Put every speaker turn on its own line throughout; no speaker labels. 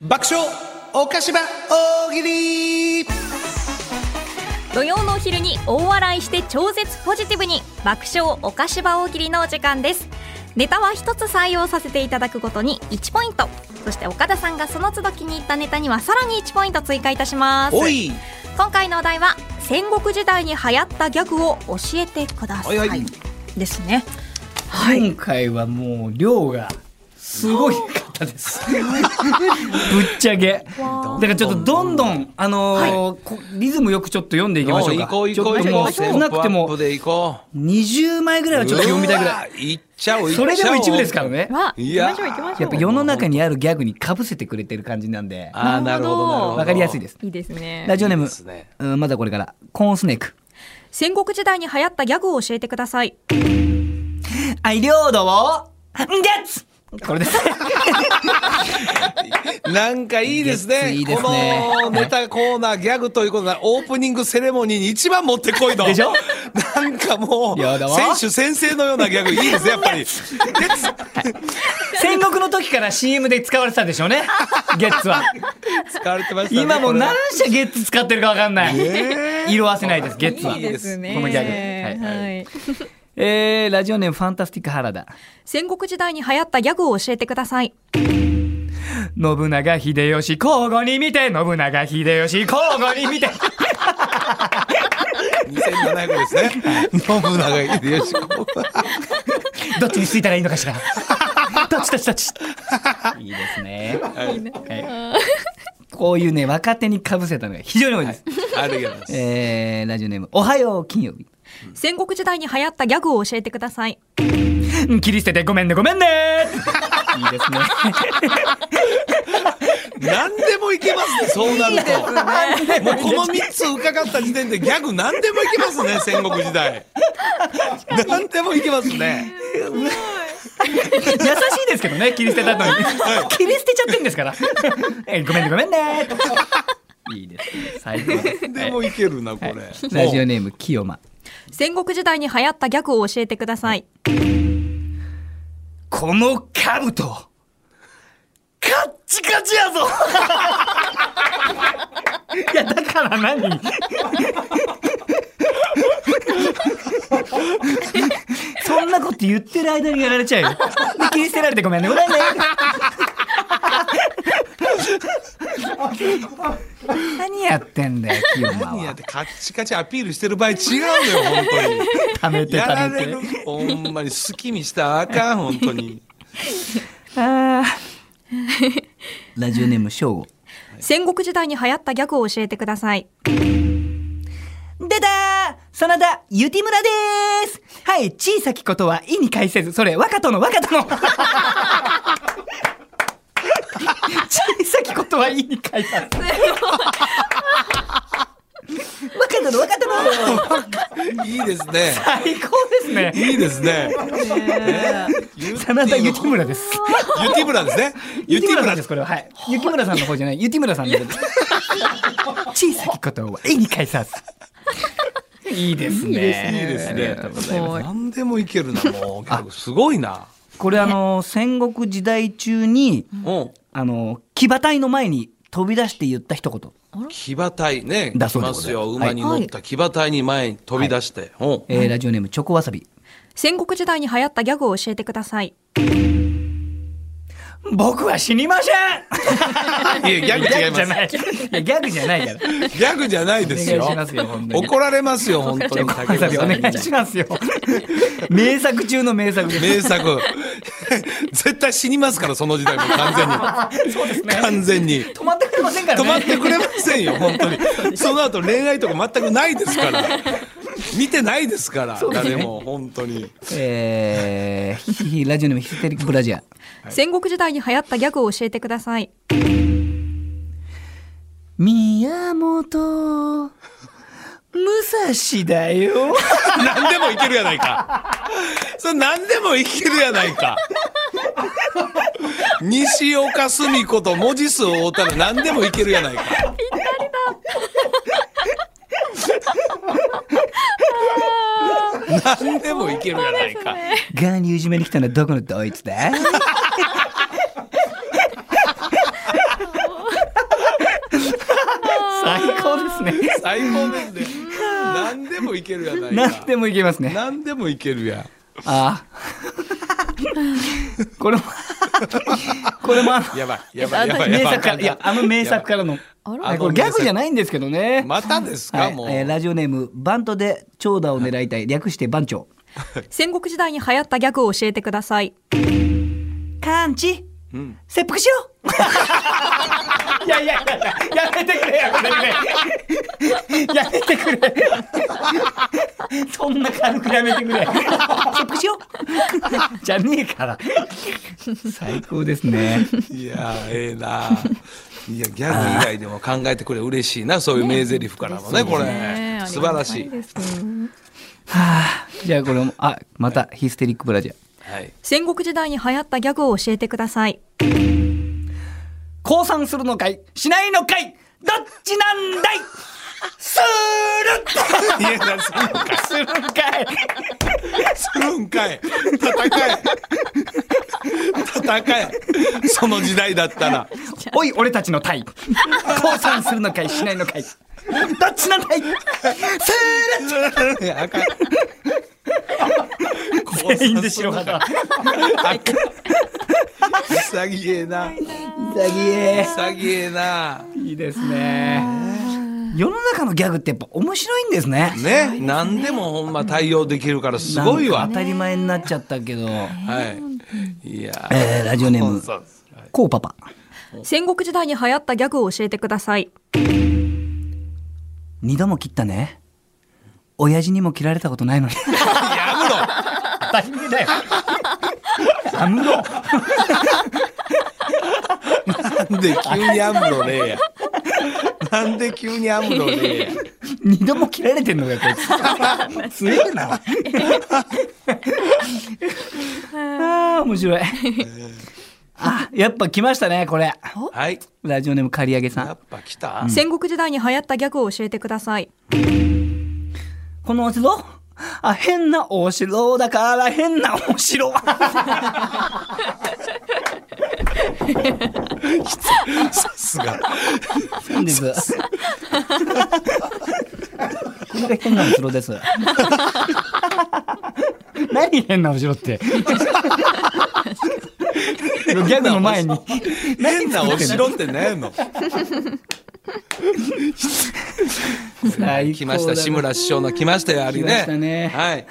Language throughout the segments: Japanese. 爆笑おかしば大喜利
土曜のお昼に大笑いして超絶ポジティブに爆笑お菓子場大喜利のお時間ですネタは一つ採用させていただくごとに1ポイントそして岡田さんがその都度気に入ったネタにはさらに1ポイント追加いたします
おい
今回のお題は戦国時代に流行ったギャグを教えてください、
はいはい
ですね
今回はもう量がすごい方です。 ぶっちゃけ。だからちょっとどんどんあのーこリズムよくちょっと読んでいきましょうか。
行こう行こう
ちょ
行
っとも
こう
う少な
ポッ
くて
プアップ
も
で行こ
20枚ぐらいうはちょっと読みたいぐら
うわ行っちゃおう行っちゃおう
い。それでも一部ですからね。
わあ
いや
行きましょう行きましょう
やっぱ世の中にあるギャグにかぶせてくれてる感じなんで、
あーな
な
る
る
ほ
ほ
ど
ど
なるほど
わかりやすいです。
いいですね
ラジオネー
いい
ム
ですね、
うんまずはこれからコーンスネーク。
戦国時代に流行ったギャグを教えてください
はい、領土をゲッツこれです。
なんかいいですね
いいですね
このネタコーナーギャグということでオープニングセレモニーに一番持ってこいの
でしょ
なんかもう
やだわ
選手先生のようなギャグいいですねやっぱ り
戦国の時から CM で使われてたんでしょうね。ゲッツは。
使われてましたね
今も
こ
う
れ
何社ゲッツ使ってるかわかんない。色褪せないです、ゲッツは。
いいです
このギャグ。はい
はい
えー、ラジオネームファンタスティック原田。
戦国時代に流行ったギャグを教えてください。
信長秀吉交互に見て、信長秀吉交互に見 て。
2700ですね 信長秀吉公
どっちについたらいいのかし ら。どっちどっちどっち。いいですね。はいこういうね、若手にかぶせたのが非常に多いです。
ありがとうございます
えー、ラジオネーム、おはよう金曜日。
戦国時代に流行ったギャグを教えてください。
うん切り捨ててごめんねごめんねいいですね。
何で もいけますね、そうなると。もうこの3つ伺った時点でギャグ何でもいけますね、戦国時代。何でもいけますね。
優しいですけどね、切り捨てた後に。切り捨てちゃってんです から。えごめんねごめんね いいですね。最高 です。
でもいけるな、これ。
ラジオネーム、清間。
戦国時代に流行ったギャグを教えてください。
この兜、カッチカチやぞ いや、だから何 そんなこと言ってる間にやられちゃうよ。で、切り捨てられてごめんね。ごめんね。 何やってんだよ、キヨマ
何やっ
は。
てカッチカチアピールしてる場合違うのよ、本当に。
ため て
やら
ため
れ
て
る。。ほんまに好きにしたらあかん、本当に。
あーラジオネーム、ショーゴ。
戦国時代に流行ったギャグを教えてください。
でだー真田ゆてぃむらでーすはい、小さきことは意に介せず、それ、若殿、若殿小さきことは意に介さず。若殿、若殿
いいですね。
最高ですね。
いいですね。
真田ゆてぃむらです。
ユティブラですね。ユ
ゆ
テ
て
ィ
ぃむ
ブ
らさ
ラで。
んですす、これは。はい。ゆてぃむらさんの方じゃない、ゆてぃむらさんの方です。小さきことは意に介さず。いいですね。いいです
いいです
ありがとうございます
ね。何でもいけるな、もう。ギャグすごいな。
これあの戦国時代中に
うん。
あの騎馬隊の前に飛び出して言った一言、
騎馬隊ね、
だ
来
そうで
ま
ございます
すよ。馬に乗った騎馬隊に前に飛び出して。うん
えーラジオネームチョコわさび
戦国時代に流行ったギャグを教えてください。
僕は死にませ
いや、ギャ
ん
グ違い ます。
いやギャグじゃないから
ギャグじゃないですよ
お願いしますよ本。当に
怒られますよ、本当に。
チョコわさびお願いしますよ名作中の名作 です
名作。 絶対死にますから、その時代も完全 に。完全に。
止まってくれませんから
止
ね
まってくれませんよ、本当に。その後恋愛とか全くないですから。見てないですから、誰も、本当に。
えーひひラジオネームヒステリックブラジア
戦国時代に流行ったギャグを教えてください。
宮本武蔵だよ
何でもいけるやないか。それ何でもいけるやないか。西岡澄子と文字数を追ったら何でもいけるやないか。ぴったりだ。何でもいけるやないか。
がにいじめに来たのはどこのどいつだですね。
最高ですね。何でもいけるやない
何
か。
でもいけますね。
何でもいけるやん。
ああ。これも、これもあの、
やばい、やば
あ
い、やばい。
名
やば
作から、いや、あの名作からの。
あら
はいこれギャグじゃないんですけどね。
またです
は
か、
い
もう。
えーラジオネーム、バントで長打を狙いたい、略して番長。
戦国時代に流行ったギャグを教えてください。
完治、切腹しろ いやいやいやいややめてくれやめてくれやめてくれそんな軽くやめてくれ切腹しろじゃねえから最高ですね
いやー、ええな。いや、ギャグ以外でも考えてくれ、嬉しいな、そういう名台詞からもね、こ
ね
れ。素晴らしい。
はあじゃあこれもあまたヒステリックブラジャー
はい。
戦国時代に流行ったギャグを教えてください。
降参するのかいしないのかいどっちなんだいす
いや、なするんかい。
るするんかい
するんかい。戦え。戦え。その時代だったら。
おい俺たちの隊降参するのかいしないのかいどっちなんだい
いや、あかん。
全員で白肌
あかん。潔えな。
潔え
潔えな。
いいですね世の中のギャグってやっぱ面白いんですね
ね、何でもほんま対応できるからすごい
な
わ
んか。当たり前になっちゃったけど、
はい。いやー。
えーラジオネーム
そうですはい
こうパパ
戦国時代に流行ったギャグを教えてください。
二度も切ったね親父にも切られたことない のに
やむろ。
当たり前だよアムロ
なんで急にアムロねえや。なんで急にアムロねえや。
二度も切られてんのかよこいつ 強えなあー面白いあやっぱ来ましたねこれ
はい。
ラジオネーム刈り上げさ
や
ん
っぱ来た。
戦国時代に流行ったギャグを教えてください。
このお城あ変なお城だから変なお城
さすが。
なんですこれが変なお城です何変なお城ってギャグの前に
変なお城って何やの。来
最高
ま
だ
した。
な
志村師匠の来ましたよ、あり
来ましたね
ね。はい。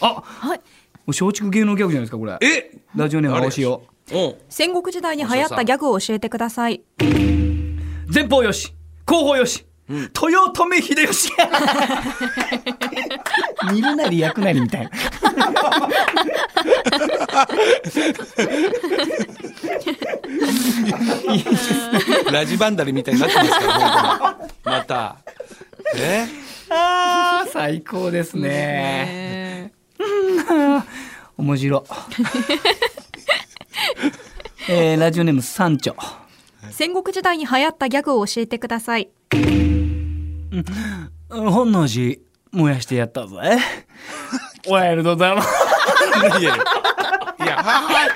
あ
はい。
松竹芸能ギャグじゃないですかこれ
え。
ラジオネーム青潮
おう。
戦国時代に流行ったギャグを教えてください。
前方よし後方よし、豊臣秀 吉煮るなり焼くなりみたいな
ラジバンダリみたいになってますから。本当にまた。ね。
あー最高ですね面白 えー、ラジオネーム三丁
戦国時代に流行ったギャグを教えてください。
本能寺燃やしてや ったぜワイルドだろ
いやいや。いや、は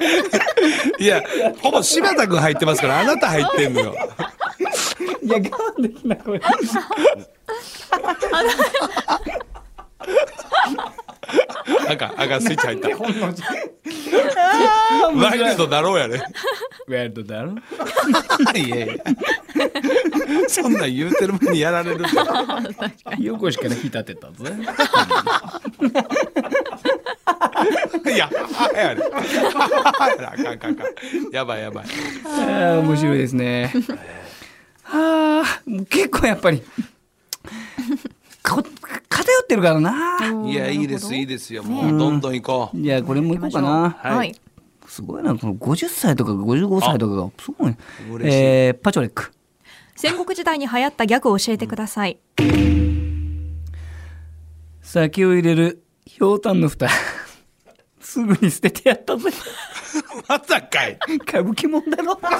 い。いや、ほぼ柴田君入ってますから、あなた入ってんのよ。
いや我慢できないこれ
赤、赤スイッチ入った。
本能寺
ワイルドだろうやね。
ワイルドだろ
いやいや。そんなん言うてる前にやられるから。
横しから火立てたぜ
いや、あやれ。 あかんあかんあかん。やばいやばい。
あー面白いですね。はあ、もう結構やっぱり。こ偏ってるからな。
いや、いいです、いいですよ。もうどんどん行こう。
じゃあこれもいこうか
は
な。
い。はい、
すごいな、この50歳とか55歳とかが、すごい。
嬉しい
えー、パチョレック。
戦国時代に流行ったギャグを教えてください。
酒を入れる、ひょうたんの蓋。すぐに捨ててやったぜ。
またかい。
歌舞伎もんだろ。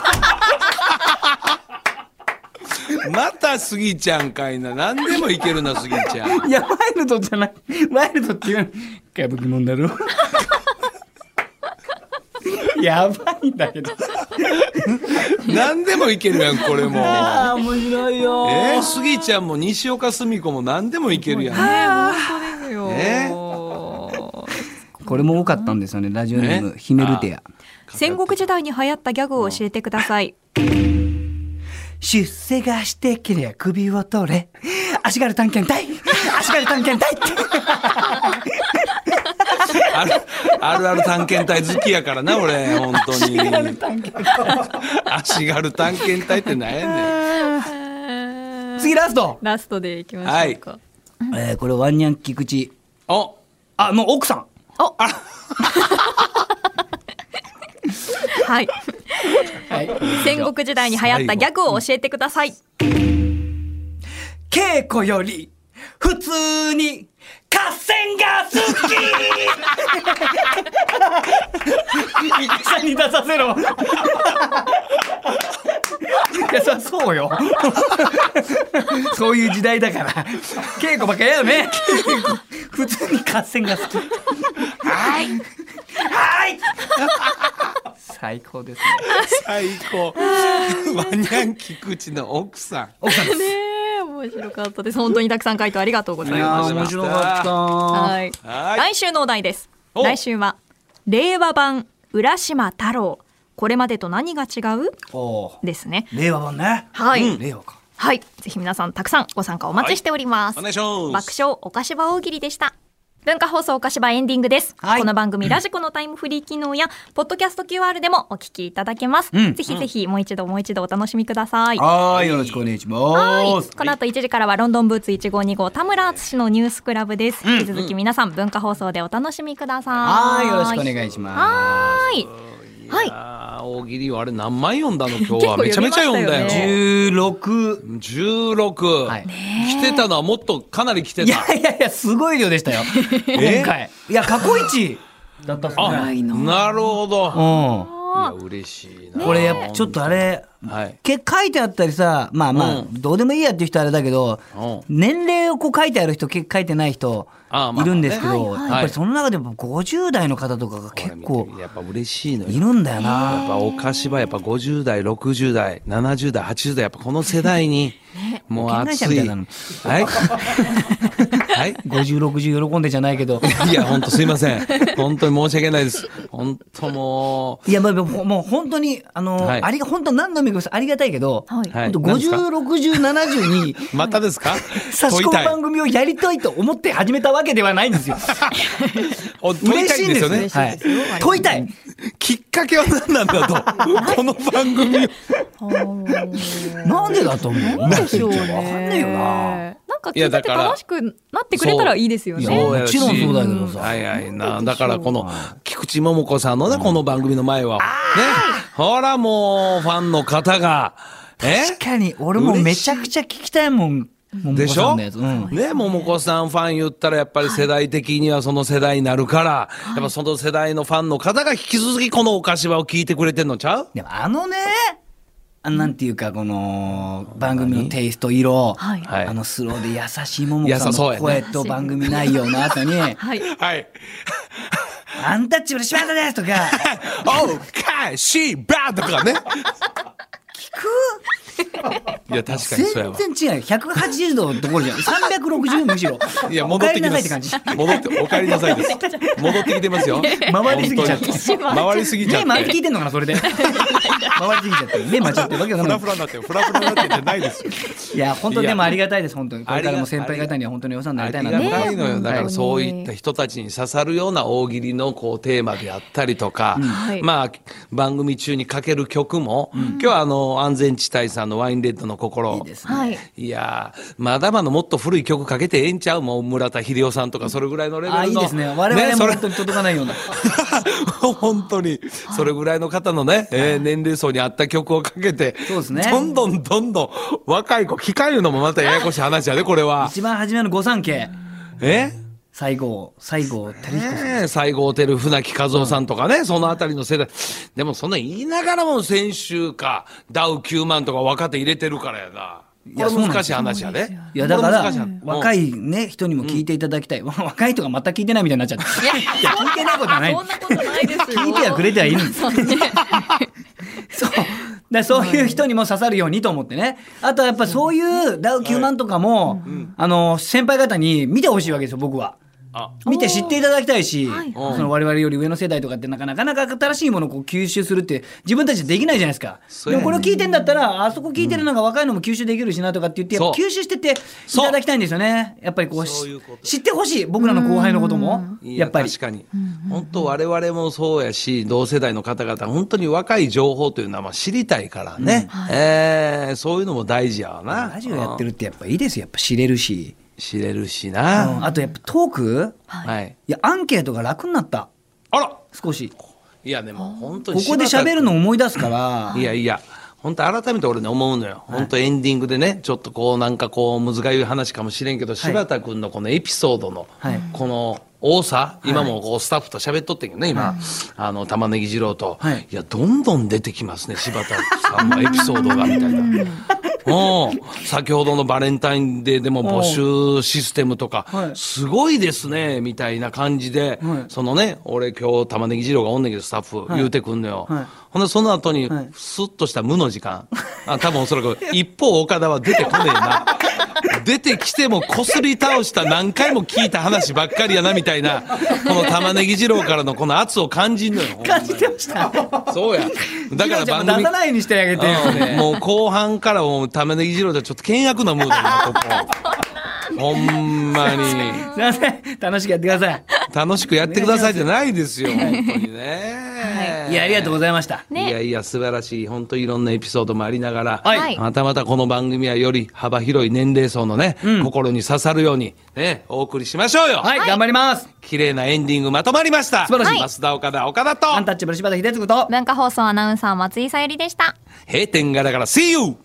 またスギちゃんかいな。何でもいけるな、スギちゃん。
いや、ワイルドじゃない。ワイルドって いうの。 歌舞伎もんだろ。やばいんだけど。
何でもいけるやんこれも
ああ、面白いよ。
えー、スギちゃんも西岡澄子も何でもいけるやん
本当ですよ。
ね
これも多かったんですよね。ラジオネーム、ひねるてや。
戦国時代に流行ったギャグを教えてください。
出世がしてけりゃ首を取れ。足軽探検隊足軽探検隊
あるあるある探検隊好きやからな俺本当に足軽探検隊って何や
次ラスト
ラストでいきましょうか。
えー、これワンニャン菊池。
ねんお
あ、もう奥さん。。
はい。戦国時代に流行ったギャグを教えてください。
稽古より、普通に、合戦が好きミキさんに出させろいや、そりゃそうよ。そういう時代だから。稽古ばっかりやよ ね。普通に合戦が好き。はい。はい。最高ですね。
最高ワニャン菊池の奥さん
ねえ、面白かったです。本当にたくさん回答ありがとうございま
あー面白かった
す。はい。
はい
来週のお題です。
お
来週は令和版浦島太郎。これまでと何が違う
おー
ですね。
令和版ね。
はい。
令和か。
はい。ぜひ皆さんたくさんご参加お待ちしております。
お願いしま
爆
す
笑お菓子場大喜利でした。文化放送お菓子場エンディングです。
はい
この番組ラジコのタイムフリー機能や、ポッドキャスト QR でもお聞きいただけます。
ん
ぜひぜひもう一度もう一度お楽しみください。
はい、よろしくお願いしま
は
す
い。。この後1時からはロンドンブーツ152号田村淳のニュースクラブです。引き続き皆さん文化放送でお楽しみください。
はい、よろしくお願いしま
はい。はい
あー大喜利はあれ何枚読んだの今日はめ
結
ちゃ
構読み
め
ま
ちゃ
したよ
読んだ
ね
よ
す。十六。
16、
はい
来てたのはもっとかなり来て
い
た
やいやいや、すごい量で したよ。今回。いや、過去一。だったっす
あ
ね。
なるほ
う
ど
ん。
いや嬉しいな
これやっぱちょっとあれ、
はい
け書いてあったりさまあまあ、
うん
どうでもいいやっていう人あれだけど、
う
年齢をこう書いてある人け書いてない人
ああまあ
いるんですけど、
はいはい
やっぱりその中でも50代の方とかが
こ
結
れ
構
見てやっぱ嬉しいのよ
いるんだ
や
よ
っ
な。
ぱお菓子はやっぱ50代60代70代80代やっぱこの世代にもう熱
保険会社みた
い
いなの
はいはい
50、60喜んでじゃないけど。
いや本当すいません本当に申し訳ないです本当も
いや、まあ、もうもう本当に、あの、
はい
ありが、本当何度も言いますありがたいけど、
はい
はい
本当50、60、70に、
うまたですか
差し込
問
む
いたい
番組をやりたいと思って始めたわけではないんですよ。
お 問いたいんですよね
嬉しいんですよはい問いたい。
きっかけは何なんだとこの番組を
なんでだと思う
どうでしょうね。
わかんねえよな。
なんか聞いてて楽しくなってくれたらいいですよ
いやそう
ね。
やし
もちろんそうだけどさ
はいはいな。だからこの、菊池桃子さんのね、この番組の前は、ね。ほらもう、ファンの方が、
確かに、俺もめちゃくちゃ聞きたいもん。桃
で
子
し
さ
ょ
んのやつうん
ね、桃子さんファン言ったらやっぱり世代的にはその世代になるから、やっぱその世代のファンの方が引き続きこのお菓子場を聞いてくれてんのちゃう
でもあのね、あのなんていうか、この番組のテイスト、色、
はい
はい
あのスローで優しい桃子さん
優しそう
の
やね
声と番組内容の後に、
はい。
はい。
アンタッチャブル柴田ですとか、
おかしばとかね。聞くいや、確かにそうやわ。
全然違うよ。180度のところじゃん。360むしろ。
いや、戻ってき
お帰りなさ
ま
いって感じ
す。。戻って、お帰りなさいです。 戻ってきてますよ。
回りすぎちゃって
本当に回りすぎちゃっ
目
て。
回り聞いてんのかな、それで。回りすぎちゃって。目回っちゃってるわけだ
フ
も
ラ
ん
フ。ラになってる、フラフラになってるんじゃないですよ。
いや、本当
いや
でもありがたいです、本当に。こ
あ
れ
りが
からも先輩方には本当にお世話にな
あ
り
りが
たいなと思いま
た
す
いのよ。だから
ね
そういった人たちに刺さるような大喜利のこうテーマであったりとか、
はい
まあ番組中にかける曲も、今日はあの安全地帯さんのワインレッドの心。
いいですね。
はい。
いやー、まだまだもっと古い曲かけてええんちゃうもう村田秀夫さんとかそれぐらいのレベルの。
あ、いいですね。我々
ね
も
それ
本当に届かないような。
本当に、それぐらいの方のね、えー年齢層に合った曲をかけて、
そうですね
どんどんどんどん若い子、聞かれるのもまたややこしい話やで、これは。
一番初めの御三家、
え
西郷、西郷照彦さん。
ねえ、西郷輝、船木和夫さんとかね、そのあたりの世代。でもそんな言いながらも先週か、ダウ9万とか若手入れてるからやな。
い
こ
や
れ難しい話やで。
いや、だか
これ
ら
難しい話、
若
い。
いね、人にも聞いていただきたい。若い人がまた聞いてないみたいになっちゃって。いや、聞いてないことはない
そ。んなことないですよ。
聞いてはくれてはいるんです
そうね
そう。でそういう人にも刺さるようにと思ってね。あとはやっぱそういうダウ9万とかも、あの、先輩方に見てほしいわけですよ、僕は。
あ
見て知っていただきたいし、
はい
はい
その我々より上の世代とかってなかなかなか新しいものをこう吸収するって自分たちできないじゃないですか。
そう
で
や
も
ね
これを聞いてんだったら、あそこ聞いてるのが若いのも吸収できるしなとかって言って、やっぱ
そう
吸収してっていただきたいんですよね。やっぱりこうし
そういうこと
知ってほしい、僕らの後輩のことも。
い
やっぱり。
確かに、本当我々もそうやし同世代の方々本当に若い情報というのはまあ知りたいからね、えーそういうのも大事やわな
ラジオやってるってやっぱいいですよ。やっぱ知れるし。
うん知れるし
う
な、
んあとやっぱトーク
はい
いや、アンケートが楽になった。
あら
少し。こ
いやでも本当に
こで喋るの思い出すから。
いやいや、本当改めて俺ね思うのよ。本当エンディングでね、ちょっとこうなんかこう難しい話かもしれんけど、柴田君のこのエピソードの
はい、
この多さ、今もこうスタッフと喋っとってんけどね、今、あの、玉ねぎ二郎と
はい。
いや、どんどん出てきますね、柴田さんのエピソードが、みたいな。うん先ほどのバレンタインデーでも募集システムとか
は、い
すごいですね、みたいな感じで
はい、
そのね、俺今日玉ねぎ二郎がおんねんけど、スタッフ
い
言うてくんのよ
はい。
ほんで、その後に
はい、
スッとした無の時間。あ、多分おそらく、一方岡田は出てこねえな。出てきてもこすり倒した何回も聞いた話ばっかりやな、みたいな。この玉ねぎ二郎からのこの圧を感じんのよ。ほんま
感
に
じてました。
そうや。だから
ちゃ
番
んも
組
出さ。ないようにしてあげてよ、そ
うん
れ。
もう後半からもう玉ねぎ二郎じゃちょっと険悪なムードやな、ここ。ほんまに。
すいません。楽しくやってください。
楽しくやってくださいじゃないですよ、本当にね。
いや、ありがとうご
い
ざいました。
ね
いやいや、素晴らしい。本当いろんなエピソードもありながら、
はい
はい
またまたこの番組はより幅広い年齢層のね、心に刺さるように、ね、お送りしましょうよ。
はい、頑張ります。
綺麗なエンディングまとまりました。
素晴らしい
はい増田岡田岡田と、
アンタッチャブル柴田秀嗣と。
文化放送アナウンサー松井さゆりでした
閉店ガラガラ、See you!